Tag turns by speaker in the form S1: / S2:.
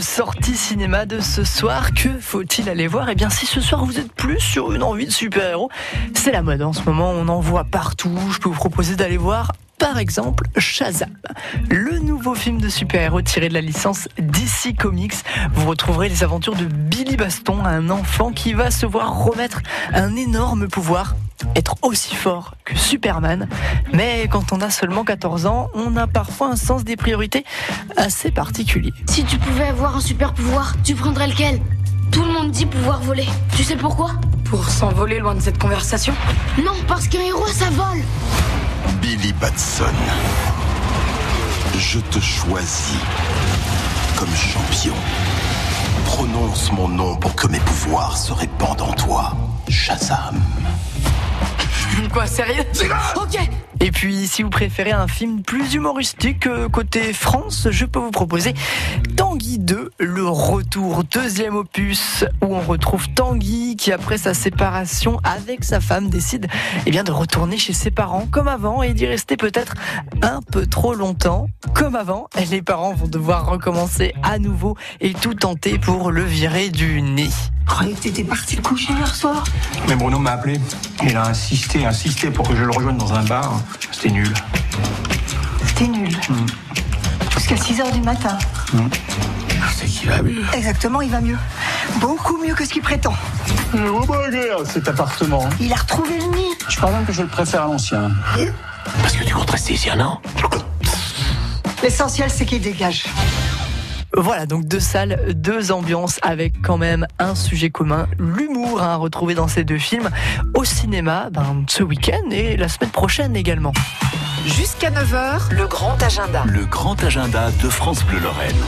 S1: sorties cinéma de ce soir. Que faut-il aller voir Eh bien, si ce soir vous êtes plus sur une envie de super-héros, c'est la mode en ce moment, on en voit partout. Je peux vous proposer d'aller voir par exemple Shazam, le nouveau film de super-héros tiré de la licence DC Comics. Vous retrouverez les aventures de Billy Baston, un enfant qui va se voir remettre un énorme pouvoir être aussi fort que Superman, mais quand on a seulement 14 ans, on a parfois un sens des priorités assez particulier.
S2: Si tu pouvais avoir un super pouvoir, tu prendrais lequel Tout le monde dit pouvoir voler. Tu sais pourquoi
S3: Pour s'envoler loin de cette conversation
S2: Non, parce qu'un héros, ça vole
S4: Billy Batson, je te choisis comme champion. Prononce mon nom pour que mes pouvoirs se répandent en toi, Shazam.
S3: Quoi, sérieux Ok
S1: Et puis, si vous préférez un film plus humoristique euh, côté France, je peux vous proposer Tanguy 2, le retour, deuxième opus, où on retrouve Tanguy qui, après sa séparation avec sa femme, décide eh bien, de retourner chez ses parents comme avant et d'y rester peut-être un peu trop longtemps. Comme avant, les parents vont devoir recommencer à nouveau et tout tenter pour le virer du nez.
S5: Je croyais que t'étais parti te coucher hier soir.
S6: Mais Bruno m'a appelé. Il a insisté, insisté pour que je le rejoigne dans un bar. C'était nul.
S5: C'était nul. Mmh. Jusqu'à 6 h du matin. Mmh.
S4: Ah, C'est qu'il va mieux.
S5: Exactement, il va mieux. Beaucoup mieux que ce qu'il prétend.
S6: Oh my God, cet appartement.
S5: Il a retrouvé le nid.
S6: Je crois même que je le préfère à l'ancien.
S4: Parce que tu comptes rester ici un an
S5: L'essentiel, c'est qu'il dégage.
S1: Voilà, donc deux salles, deux ambiances avec quand même un sujet commun, l'humour à hein, retrouver dans ces deux films au cinéma ben, ce week-end et la semaine prochaine également.
S7: Jusqu'à 9h, le grand agenda.
S4: Le grand agenda de France Bleu Lorraine.